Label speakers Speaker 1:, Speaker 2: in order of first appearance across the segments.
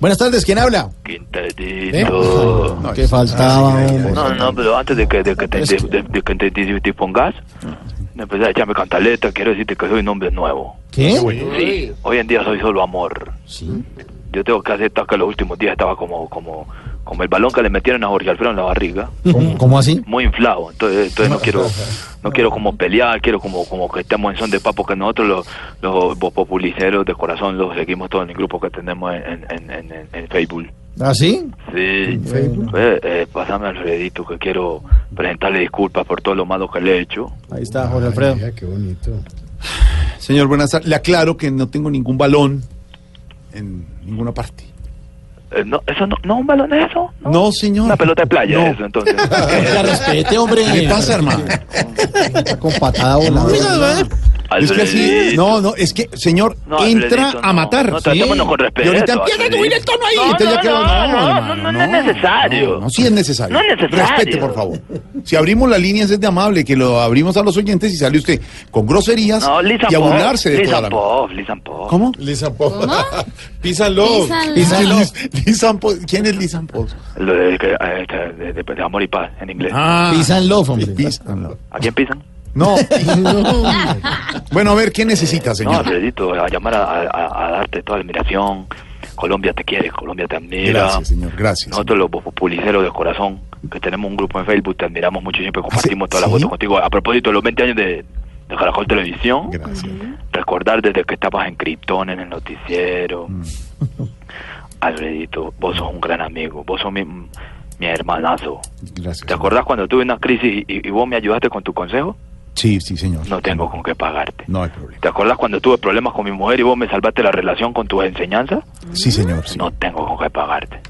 Speaker 1: Buenas tardes, ¿quién habla?
Speaker 2: ¿Eh?
Speaker 1: ¿Eh?
Speaker 2: Quinterito.
Speaker 1: No, que faltaba. hombre.
Speaker 2: No, no, pero antes de que, de que Ah. te, de- de- de que te, de- te pongas, empecé a echarme cantaleta, quiero decirte que soy un hombre nuevo.
Speaker 1: ¿Qué?
Speaker 2: Sí, hoy en día soy solo amor. Yo tengo que aceptar que los últimos días estaba como, como, como el balón que le metieron a Jorge Alfredo en la barriga,
Speaker 1: ¿Cómo, cómo así?
Speaker 2: muy inflado. Entonces, entonces no quiero, no quiero como pelear, quiero como, como que estemos en son de paz, porque nosotros los, los populiceros de corazón los seguimos todos en el grupo que tenemos en, en, en, en- en Facebook.
Speaker 1: ¿Así?
Speaker 2: Sí, pues, eh, pásame a Alfredito que quiero presentarle disculpas por todo lo malo que le he hecho.
Speaker 1: Ahí está, Jorge Alfredo.
Speaker 3: Señor, buenas tardes. Le aclaro que no tengo ningún balón en ninguna parte.
Speaker 2: Eh, no, eso no, no un balón es eso.
Speaker 3: No, señor.
Speaker 2: Una pelota de playa
Speaker 3: No.
Speaker 2: es eso, entonces.
Speaker 1: Ya respete, hombre.
Speaker 3: ¿Qué pasa, hermano? ¿eh?
Speaker 1: Está Con patada volada.
Speaker 3: es que así.
Speaker 2: Alfredito.
Speaker 3: No, no, es que, señor,
Speaker 2: No,
Speaker 3: entra
Speaker 2: Alfredito,
Speaker 3: a
Speaker 2: no.
Speaker 3: matar.
Speaker 2: No, tratémonos con respeto,
Speaker 3: Y ahorita empieza a
Speaker 2: Alfredito.
Speaker 3: subir el tono ahí.
Speaker 2: No,
Speaker 3: entonces
Speaker 2: no,
Speaker 3: ya quedó-
Speaker 2: no, no, no, no, no es necesario.
Speaker 3: No, no, sí es necesario.
Speaker 2: No es necesario.
Speaker 3: Respete, por favor. Si abrimos las líneas es de amable, que lo abrimos a los oyentes y sale usted con groserías
Speaker 2: No, Lisa
Speaker 3: y a
Speaker 2: Pop,
Speaker 3: burlarse de
Speaker 2: Lisa
Speaker 3: toda la...
Speaker 2: Pop, Lisa Pop.
Speaker 3: ¿Cómo?
Speaker 1: Lisa Písalo.
Speaker 3: Písalo. Lisan Pop. ¿Quién es Lisan Pop?
Speaker 2: Lo de, que- eh, de- de- de- de amor y paz en inglés.
Speaker 3: Ah.
Speaker 1: Pisan love, hombre.
Speaker 3: Písalo.
Speaker 2: ¿A quién pisan?
Speaker 3: No. Bueno, a ver, ¿qué necesita,
Speaker 2: No,
Speaker 3: señor?
Speaker 2: Alfredito, a llamar a, a- a darte toda la admiración. Colombia te quiere, Colombia te admira.
Speaker 3: Gracias, señor, gracias.
Speaker 2: Nosotros los populiceros de corazón, que tenemos un grupo en Facebook, te admiramos mucho, siempre compartimos
Speaker 3: ¿sí?
Speaker 2: todas las
Speaker 3: Ah, ¿Sí?
Speaker 2: fotos contigo. A propósito de los 20 años de, de Caracol Televisión,
Speaker 3: Gracias.
Speaker 2: recordar desde que estabas en Krypton, en el noticiero. Alfredito, vos sos un gran amigo, vos sos mi, mi hermanazo.
Speaker 3: Gracias.
Speaker 2: ¿Te acordás cuando tuve una crisis y, y vos me ayudaste con tu consejo?
Speaker 3: Sí, sí, señor.
Speaker 2: No tengo con qué pagarte.
Speaker 3: No hay problema.
Speaker 2: ¿Te acordás cuando tuve problemas con mi mujer y vos me salvaste la relación con tus enseñanzas?
Speaker 3: Sí, señor. sí.
Speaker 2: No tengo con qué pagarte.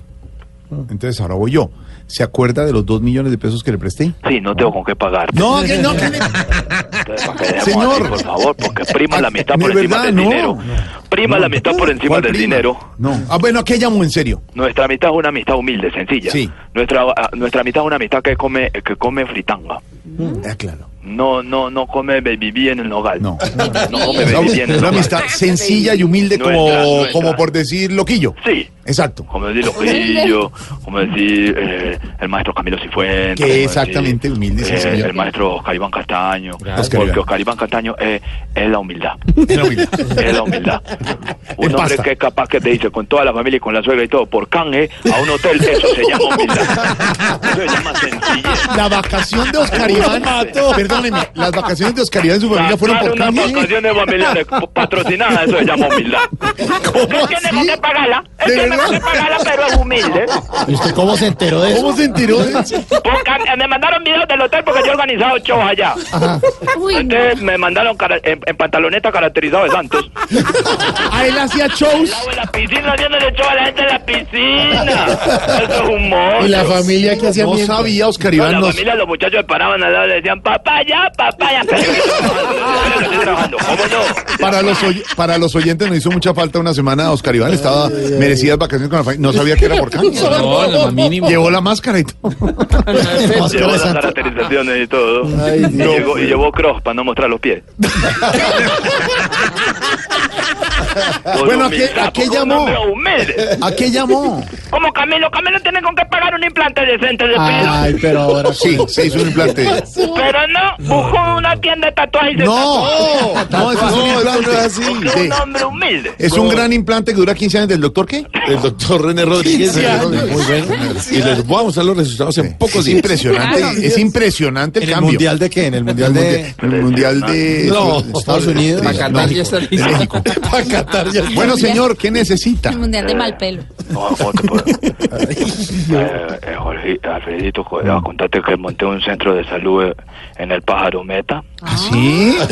Speaker 3: Entonces ahora voy yo. ¿Se acuerda de los dos millones de pesos que le presté?
Speaker 2: Sí, no tengo con qué pagarte.
Speaker 3: No, que no, que le-
Speaker 2: Entonces, para que dejemos
Speaker 3: Señor.
Speaker 2: así, por favor, porque prima la mitad
Speaker 3: De
Speaker 2: por encima
Speaker 3: verdad,
Speaker 2: del
Speaker 3: no.
Speaker 2: dinero. Prima la mitad por encima
Speaker 3: ¿Cuál
Speaker 2: del
Speaker 3: prima?
Speaker 2: dinero.
Speaker 3: No. Ah, bueno, aquí llamo en serio.
Speaker 2: Nuestra amistad es una amistad humilde, sencilla.
Speaker 3: Sí.
Speaker 2: Nuestra, ah, nuestra amistad es una amistad que come, que come fritanga.
Speaker 3: Ah, claro.
Speaker 2: No, no, no come baby bee en el nogal.
Speaker 3: No.
Speaker 2: No come
Speaker 3: Es
Speaker 2: baby bee en el
Speaker 3: una
Speaker 2: nogal.
Speaker 3: amistad sencilla y humilde
Speaker 2: Nuestra,
Speaker 3: como,
Speaker 2: nuestra.
Speaker 3: como por decir loquillo.
Speaker 2: Sí.
Speaker 3: Exacto.
Speaker 2: Como decir Lojillo, como decir eh, el maestro Camilo Cifuentes.
Speaker 3: Que
Speaker 2: como decir,
Speaker 3: exactamente humilde, sí,
Speaker 2: eh,
Speaker 3: señor.
Speaker 2: El maestro Oscar Iván Castaño.
Speaker 3: Oscar
Speaker 2: porque
Speaker 3: Iván.
Speaker 2: Oscar Iván Castaño es, es la humildad.
Speaker 3: Era humildad.
Speaker 2: Es la humildad. Un hombre
Speaker 3: En pasta.
Speaker 2: que es capaz que te dice con toda la familia y con la suegra y todo, por canje a un hotel, eso se llama humildad. Eso se llama sencillez.
Speaker 3: La vacación de Oscar Iván. Perdóneme, las vacaciones de Oscar Iván en su familia fueron
Speaker 2: Gastar
Speaker 3: por
Speaker 2: unas
Speaker 3: canje.
Speaker 2: vacaciones familiares patrocinadas, eso se llama humildad. No tenemos
Speaker 3: así?
Speaker 2: que pagarla, no
Speaker 3: ¿De
Speaker 2: tenemos que
Speaker 3: verdad?
Speaker 2: pagarla, pero es humilde.
Speaker 1: ¿Y usted cómo se enteró de eso?
Speaker 3: ¿Cómo se enteró de eso?
Speaker 2: Porque me mandaron videos del hotel porque yo he organizado shows allá.
Speaker 4: Uy, no.
Speaker 2: Entonces me mandaron cara- en, en pantaloneta caracterizado de Santos.
Speaker 3: A él hacía
Speaker 2: Al
Speaker 3: shows.
Speaker 2: lado de la piscina, haciendo el show a la gente de la piscina. Eso es un monstruo.
Speaker 1: familia que
Speaker 3: No sabía Oscar
Speaker 2: No,
Speaker 3: Iván.
Speaker 2: la
Speaker 3: no-
Speaker 2: familia, los muchachos se paraban al lado y le decían, papá ya, papá ya. Pero yo estoy trabajando, pero yo estoy trabajando. ¿Cómo no?
Speaker 3: Para los, oy- para los oyentes nos hizo mucha falta una semana. Oscar Iván estaba merecidas vacaciones con la familia. No sabía que era por canje.
Speaker 1: No, lo más mínimo.
Speaker 3: Llevó la máscara y todo.
Speaker 2: Llevó las caracterizaciones y todo.
Speaker 1: Ay,
Speaker 2: y,
Speaker 1: Dios.
Speaker 2: llegó- y llevó cross para no mostrar los pies. Por
Speaker 3: Bueno, ¿a qué-
Speaker 2: humildad,
Speaker 3: a qué
Speaker 2: porque un
Speaker 3: llamó?
Speaker 2: hombre humilde.
Speaker 3: ¿A qué llamó?
Speaker 2: Como Camilo, Camilo tiene con que pagar un implante decente de
Speaker 3: Ah.
Speaker 2: pelo.
Speaker 1: Ay, pero ahora
Speaker 3: Sí, se hizo un implante.
Speaker 2: Pero no, buscó una tienda de tatuajes y se tatuó.
Speaker 3: No, no, eso es un implante.
Speaker 2: Buscó
Speaker 3: Sí.
Speaker 2: un hombre humilde.
Speaker 3: Es un gran implante que dura 15 años del doctor qué?
Speaker 5: El doctor René Rodríguez. Muy bueno. Y les voy a mostrar los resultados en pocos
Speaker 3: Es
Speaker 5: días.
Speaker 3: impresionante, es impresionante el
Speaker 1: ¿En el
Speaker 3: cambio.
Speaker 1: mundial de qué? ¿En el
Speaker 3: El
Speaker 1: mundial
Speaker 3: mundial,
Speaker 1: de...?
Speaker 3: el mundial de
Speaker 1: No, Estados Unidos.
Speaker 3: Bacatal ya está
Speaker 1: México. Qatar ya está.
Speaker 3: Bueno, señor, ¿qué necesita?
Speaker 6: El mundial de mal pelo.
Speaker 2: No, ¿cómo te puedo? Eh, eh, Jorge, Alfredito, co- ah, contate que monté un centro de salud eh, en el Pájaro Meta.
Speaker 3: ¿Sí?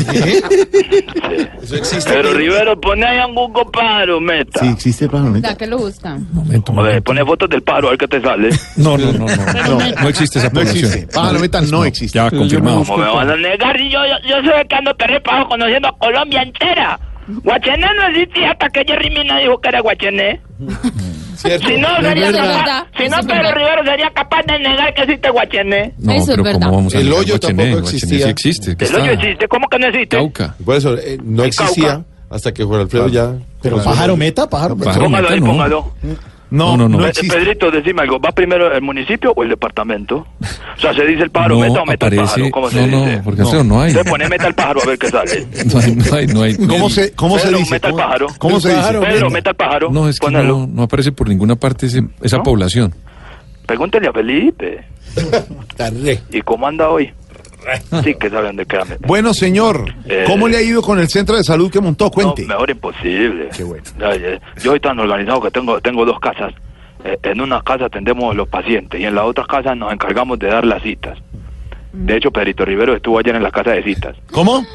Speaker 2: Sí. Pero Rivero, pone ahí en Google Pájaro Meta.
Speaker 3: Sí, existe para mí.
Speaker 6: Ya que lo busca.
Speaker 2: A ver, pone fotos del pájaro, a ver qué te sale.
Speaker 5: No, no, no, no. No, no existe esa
Speaker 3: No
Speaker 5: población.
Speaker 3: existe. Pájaro Meta no existe.
Speaker 5: Ya confirmado.
Speaker 2: Como me van a negar, yo, yo, yo sé que ando perrepajo conociendo a Colombia entera. Guachené no existía hasta que Jerry Mina dijo que era Guachené. Si no, sería
Speaker 6: Eso es
Speaker 2: capaz-
Speaker 6: verdad,
Speaker 2: si
Speaker 6: eso
Speaker 2: no
Speaker 6: es
Speaker 2: Pedro
Speaker 6: verdad.
Speaker 2: Rivero sería capaz de negar que existe Guachené.
Speaker 5: No,
Speaker 6: Eso es
Speaker 5: pero ¿cómo
Speaker 6: verdad.
Speaker 5: vamos a
Speaker 1: El
Speaker 5: negar
Speaker 1: hoyo
Speaker 5: Guachené?
Speaker 1: tampoco
Speaker 5: Guachené
Speaker 1: existía.
Speaker 5: Sí existe. que
Speaker 2: El hoyo
Speaker 5: está
Speaker 2: existe, ¿cómo que no existe?
Speaker 5: Cauca. Por eso, eh, no
Speaker 2: El
Speaker 5: existía
Speaker 2: Cauca.
Speaker 5: hasta que Juan Alfredo ya.
Speaker 1: Pero
Speaker 5: Claro.
Speaker 1: pájaro meta, pájaro meta.
Speaker 5: Pájaro
Speaker 2: Póngalo
Speaker 5: Meta,
Speaker 2: ahí,
Speaker 5: no.
Speaker 2: póngalo.
Speaker 5: No, no, no.
Speaker 2: Pe- Pedrito, decime algo, ¿va primero el municipio o el departamento? O sea, ¿se dice el pájaro meta o meta el pájaro? ¿Cómo se
Speaker 5: no,
Speaker 2: dice?
Speaker 5: no, porque Alfredo no hay.
Speaker 2: Usted pone meta el pájaro a ver qué sale.
Speaker 5: No hay, no hay, no hay.
Speaker 3: ¿Cómo se, cómo se
Speaker 2: Pedro,
Speaker 3: dice?
Speaker 2: meta el
Speaker 3: ¿Cómo-
Speaker 2: pájaro.
Speaker 3: ¿Cómo se dice?
Speaker 2: Pedro, meta el pájaro.
Speaker 5: No, es que
Speaker 2: Póngalo.
Speaker 5: no, no aparece por ninguna parte ese- esa
Speaker 2: ¿No?
Speaker 5: población.
Speaker 2: Pregúntele a Felipe. ¿Y cómo anda hoy? Sí, que sabe dónde queda. Meta.
Speaker 3: Bueno, señor,
Speaker 2: Eh.
Speaker 3: ¿cómo le ha ido con el centro de salud que montó?
Speaker 2: No,
Speaker 3: Cuente.
Speaker 2: mejor imposible.
Speaker 3: Qué bueno.
Speaker 2: Ay, eh, yo estoy tan organizado que tengo, tengo dos casas. Eh, en una casa atendemos los pacientes y en la otra casa nos encargamos de dar las citas. De hecho, Pedrito Rivero estuvo ayer en la casa de citas.
Speaker 3: ¿Cómo?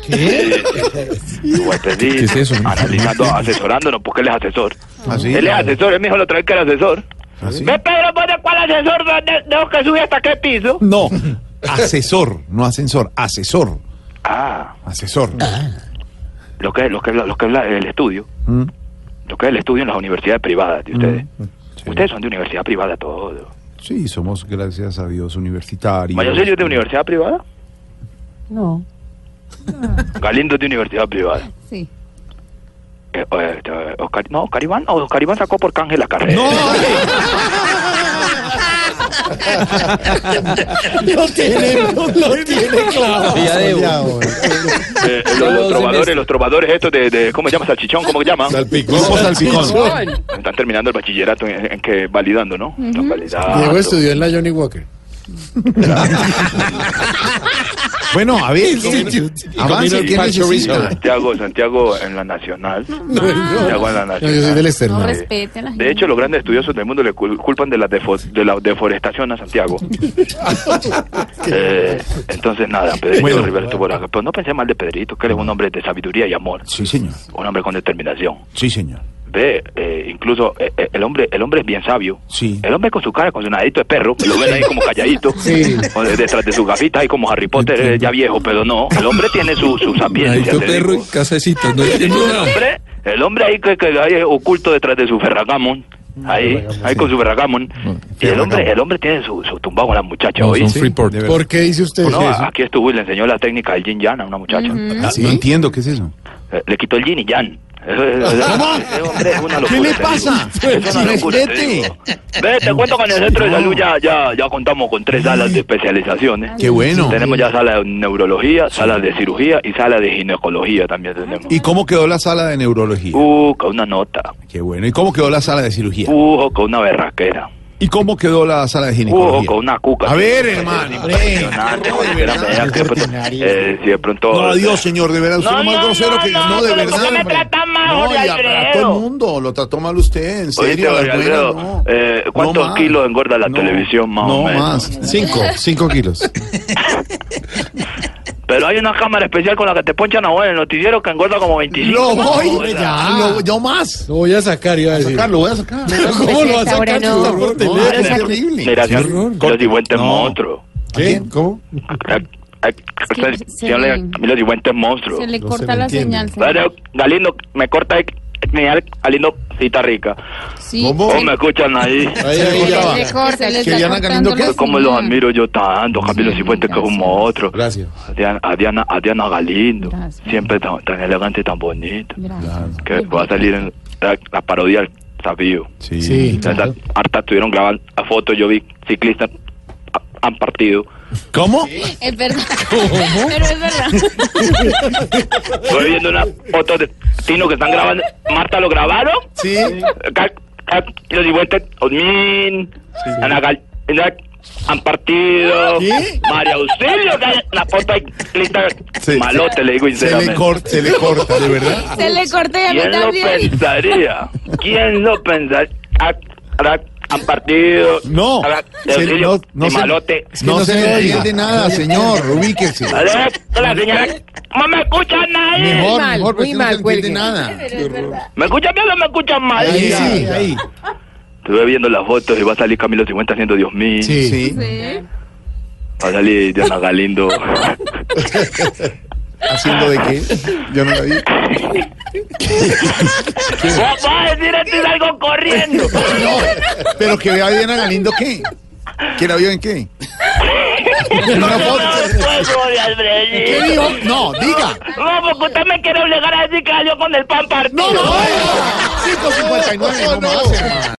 Speaker 2: Estuvo atendido,
Speaker 5: ¿Qué es eso?
Speaker 2: Analizando, asesorándonos, porque él es asesor.
Speaker 3: Ah, sí. Ah,
Speaker 2: él es asesor, él mismo lo trae que era asesor.
Speaker 3: sí?
Speaker 2: ¿Ve, Pedro, vos de cuál asesor? ¿De, de que subí hasta qué piso?
Speaker 3: No, asesor, no ascensor, asesor,
Speaker 2: Ah,
Speaker 3: asesor.
Speaker 2: lo que lo que lo que habla el estudio
Speaker 1: Mm.
Speaker 2: lo que es el estudio en las universidades privadas de ustedes ustedes son de universidad privada todos
Speaker 3: Sí, somos, gracias a Dios, universitarios.
Speaker 2: Mayosello es de universidad privada
Speaker 6: No.
Speaker 2: Galindo es de universidad privada
Speaker 6: Sí.
Speaker 2: Eh, eh, eh, Oscar- no Oscar Iván no, Oscar Iván sacó por canje la carrera Eh,
Speaker 3: ¡No!
Speaker 1: Lo tiene, lo tiene clavado.
Speaker 7: Ya debo.
Speaker 1: Soleado, eh.
Speaker 2: Eh, eh, los, los trovadores los trovadores estos de, de- ¿cómo se llama? salchichón ¿cómo se llama?
Speaker 5: Salpicón.
Speaker 3: Grupo Salpicón.
Speaker 2: están terminando el bachillerato en, en que validando ¿no? Están validando.
Speaker 1: Diego estudió en la Johnny Walker.
Speaker 3: Bueno, a ver, avance,
Speaker 5: Camino
Speaker 3: ¿qué
Speaker 5: al
Speaker 3: necesita?
Speaker 5: Pachorizo.
Speaker 2: Santiago Santiago en la nacional Santiago en la
Speaker 1: No, yo soy
Speaker 2: nacional
Speaker 1: del
Speaker 6: No
Speaker 1: externo.
Speaker 6: respete a la gente.
Speaker 2: De hecho, los grandes estudiosos del mundo le cul- culpan de la, defo- de la deforestación a Santiago. Eh, entonces, nada, Pedrito
Speaker 3: Bueno.
Speaker 2: Rivera estuvo por acá. Pero no pensé mal de Pedrito, que eres un hombre de sabiduría y amor.
Speaker 3: Sí, señor.
Speaker 2: Un hombre con determinación.
Speaker 3: Sí, señor.
Speaker 2: Ve, eh, incluso eh, eh, el hombre el hombre es bien sabio.
Speaker 3: Sí.
Speaker 2: El hombre con su cara, con su nadito de perro, lo ven ahí como calladito. O de- detrás de sus gafitas, ahí como Harry Potter, eh, ya viejo, pero no. El hombre tiene su, su sapiencia.
Speaker 5: Nadito
Speaker 2: te
Speaker 5: perro y
Speaker 2: digo.
Speaker 5: casecitas. No entiendo
Speaker 2: El
Speaker 5: nada.
Speaker 2: hombre, el hombre ahí que, que ahí oculto detrás de su ferragamon.
Speaker 3: Mm.
Speaker 2: Ahí, ahí con su ferragamon. Y el hombre, el hombre tiene su, su tumbado con la muchacha,
Speaker 5: No,
Speaker 2: ¿oí?
Speaker 5: son Freeport.
Speaker 3: de verdad.
Speaker 1: ¿Por qué dice usted
Speaker 2: No,
Speaker 1: eso?
Speaker 2: aquí estuvo y le enseñó la técnica del yin yang a una muchacha.
Speaker 3: Ah, No entiendo, ¿qué es eso?
Speaker 2: Eh, Le quitó el yin y yang. Eso es- eso es- ese hombre es una
Speaker 3: ¿Qué
Speaker 2: locura,
Speaker 3: le
Speaker 2: te
Speaker 3: pasa?
Speaker 2: digo. Es una locura, te
Speaker 3: Respete.
Speaker 2: digo. Ve, te cuento que en el centro de salud ya, ya, ya contamos con tres salas de especializaciones.
Speaker 3: Qué bueno.
Speaker 2: Tenemos ya sala de neurología, sala de cirugía y sala de ginecología también tenemos.
Speaker 3: ¿Y cómo quedó la sala de neurología?
Speaker 2: Uh, con una nota.
Speaker 3: Qué bueno. ¿Y cómo quedó la sala de cirugía?
Speaker 2: Uh, con una berraquera.
Speaker 3: ¿Y cómo quedó la sala de
Speaker 2: Ojo,
Speaker 3: ginecología?
Speaker 2: con una cuca.
Speaker 3: A ver, hermano.
Speaker 2: Impresionante,
Speaker 3: No, de
Speaker 2: cualquiera
Speaker 3: verdad.
Speaker 2: medida que de pronto- eh, si de pronto.
Speaker 3: No, adiós, eh. señor, de verdad, usted
Speaker 2: No,
Speaker 3: es lo más
Speaker 2: no,
Speaker 3: grosero
Speaker 2: no,
Speaker 3: que
Speaker 2: no,
Speaker 3: no, de
Speaker 2: pero
Speaker 3: verdad.
Speaker 2: ¿por qué me
Speaker 3: hombre.
Speaker 2: trata mal,
Speaker 3: No,
Speaker 2: Jorge
Speaker 3: y a- a
Speaker 2: Alfredo?
Speaker 3: todo el mundo, lo trató mal usted, en
Speaker 2: Oye,
Speaker 3: serio,
Speaker 2: Jorge
Speaker 3: las buenas,
Speaker 2: Alfredo,
Speaker 3: no.
Speaker 2: eh, ¿cuántos
Speaker 3: más.
Speaker 2: kilos engorda la televisión, más o
Speaker 3: No
Speaker 2: menos?
Speaker 3: más, cinco, cinco kilos.
Speaker 2: Pero hay una cámara especial con la que te ponchan ahora en el noticiero que engorda como 25.
Speaker 3: Lo voy,
Speaker 2: Engorda.
Speaker 3: ya, lo, yo más.
Speaker 1: Lo voy a sacar, iba a decir.
Speaker 3: Sacar, lo voy a sacar.
Speaker 1: ¿Cómo lo va a sacar?
Speaker 6: Ahora
Speaker 1: Si está
Speaker 6: no.
Speaker 1: por
Speaker 3: No,
Speaker 1: teléfono.
Speaker 3: es terrible.
Speaker 2: Mira,
Speaker 5: Qué
Speaker 2: yo
Speaker 5: horror.
Speaker 2: los es
Speaker 3: No.
Speaker 2: monstruo.
Speaker 1: ¿Qué? ¿Cómo?
Speaker 6: que se le-
Speaker 2: Los es monstruo.
Speaker 6: Se le
Speaker 1: No
Speaker 6: corta
Speaker 1: se le
Speaker 6: la
Speaker 1: entiende.
Speaker 6: señal. señor.
Speaker 2: Pero, Galindo, me corta. el- señal, Galindo, cita rica.
Speaker 6: Sí.
Speaker 3: ¿Cómo?
Speaker 2: ¿Cómo me escuchan ahí?
Speaker 1: Ahí, ahí ya va.
Speaker 6: Se le corta, se le
Speaker 3: Que
Speaker 6: está
Speaker 3: Diana
Speaker 6: cortando
Speaker 3: Galindo, ¿qué?
Speaker 6: la
Speaker 2: ¿Cómo los
Speaker 6: señal.
Speaker 2: admiro yo tanto? Camilo
Speaker 6: Sí,
Speaker 2: Cifuentes, que es un
Speaker 6: gracias.
Speaker 2: monstruo.
Speaker 1: Gracias.
Speaker 2: A Diana, a Diana, a Diana Galindo,
Speaker 6: Gracias.
Speaker 2: siempre tan, tan elegante y tan bonita,
Speaker 6: Gracias.
Speaker 2: que va a salir en la, la parodia del Sabio.
Speaker 1: Sí.
Speaker 2: Harta harta estuvieron grabando la foto, yo vi ciclistas ah, han partido.
Speaker 3: ¿Cómo?
Speaker 6: Es verdad. Pero es verdad.
Speaker 2: Estoy viendo una foto de Tino que están grabando. Marta, ¿lo grabaron?
Speaker 3: Sí.
Speaker 2: Ca- ca- Los Cifuentes, Osmin, Ana Gal- Ana- han partido.
Speaker 1: ¿Qué?
Speaker 2: María Auxilio, que hay la foto ahí, lista.
Speaker 3: Se-
Speaker 2: Malote, le digo
Speaker 3: Se
Speaker 2: sinceramente.
Speaker 3: le, corta, se le corta, de verdad.
Speaker 6: Se le corté a mí
Speaker 2: ¿Quién lo
Speaker 6: también.
Speaker 2: pensaría? ¿Quién lo pensaría? Ah, ah, Han partido.
Speaker 3: No,
Speaker 2: Ah,
Speaker 3: se-
Speaker 2: Auxilio,
Speaker 3: no, no
Speaker 2: y
Speaker 3: se-
Speaker 2: malote.
Speaker 3: no,
Speaker 1: no
Speaker 3: se,
Speaker 1: se
Speaker 3: Ah, le
Speaker 1: oiga.
Speaker 3: entiende nada, señor. Ubíquese.
Speaker 2: A ver, La señora. No me escuchan nadie.
Speaker 3: Mejor,
Speaker 8: mal,
Speaker 3: mejor,
Speaker 8: muy
Speaker 3: porque
Speaker 8: mal,
Speaker 3: no se entiende
Speaker 8: cuelgue.
Speaker 3: nada.
Speaker 2: ¿Me escuchan bien o me escuchan mal?
Speaker 3: Ahí sí,
Speaker 1: ahí.
Speaker 2: Estuve viendo las fotos y va a salir Camilo 50 haciendo Dios mío.
Speaker 1: Sí.
Speaker 3: sí.
Speaker 2: Va a salir Diana Galindo.
Speaker 3: ¿Haciendo de qué? Yo no la vi.
Speaker 2: ¿Vos vas a decir esto y salgo corriendo?
Speaker 3: No, pero que vea bien a Galindo, ¿qué? ¿Que la vio en qué? En una foto.
Speaker 2: Juego de Alfredito.
Speaker 3: ¿Qué dijo? No, diga.
Speaker 2: No, porque usted me quiere obligar a decir que salió con el pan partido.
Speaker 3: No, no, no. 5.59, no, más, hermano.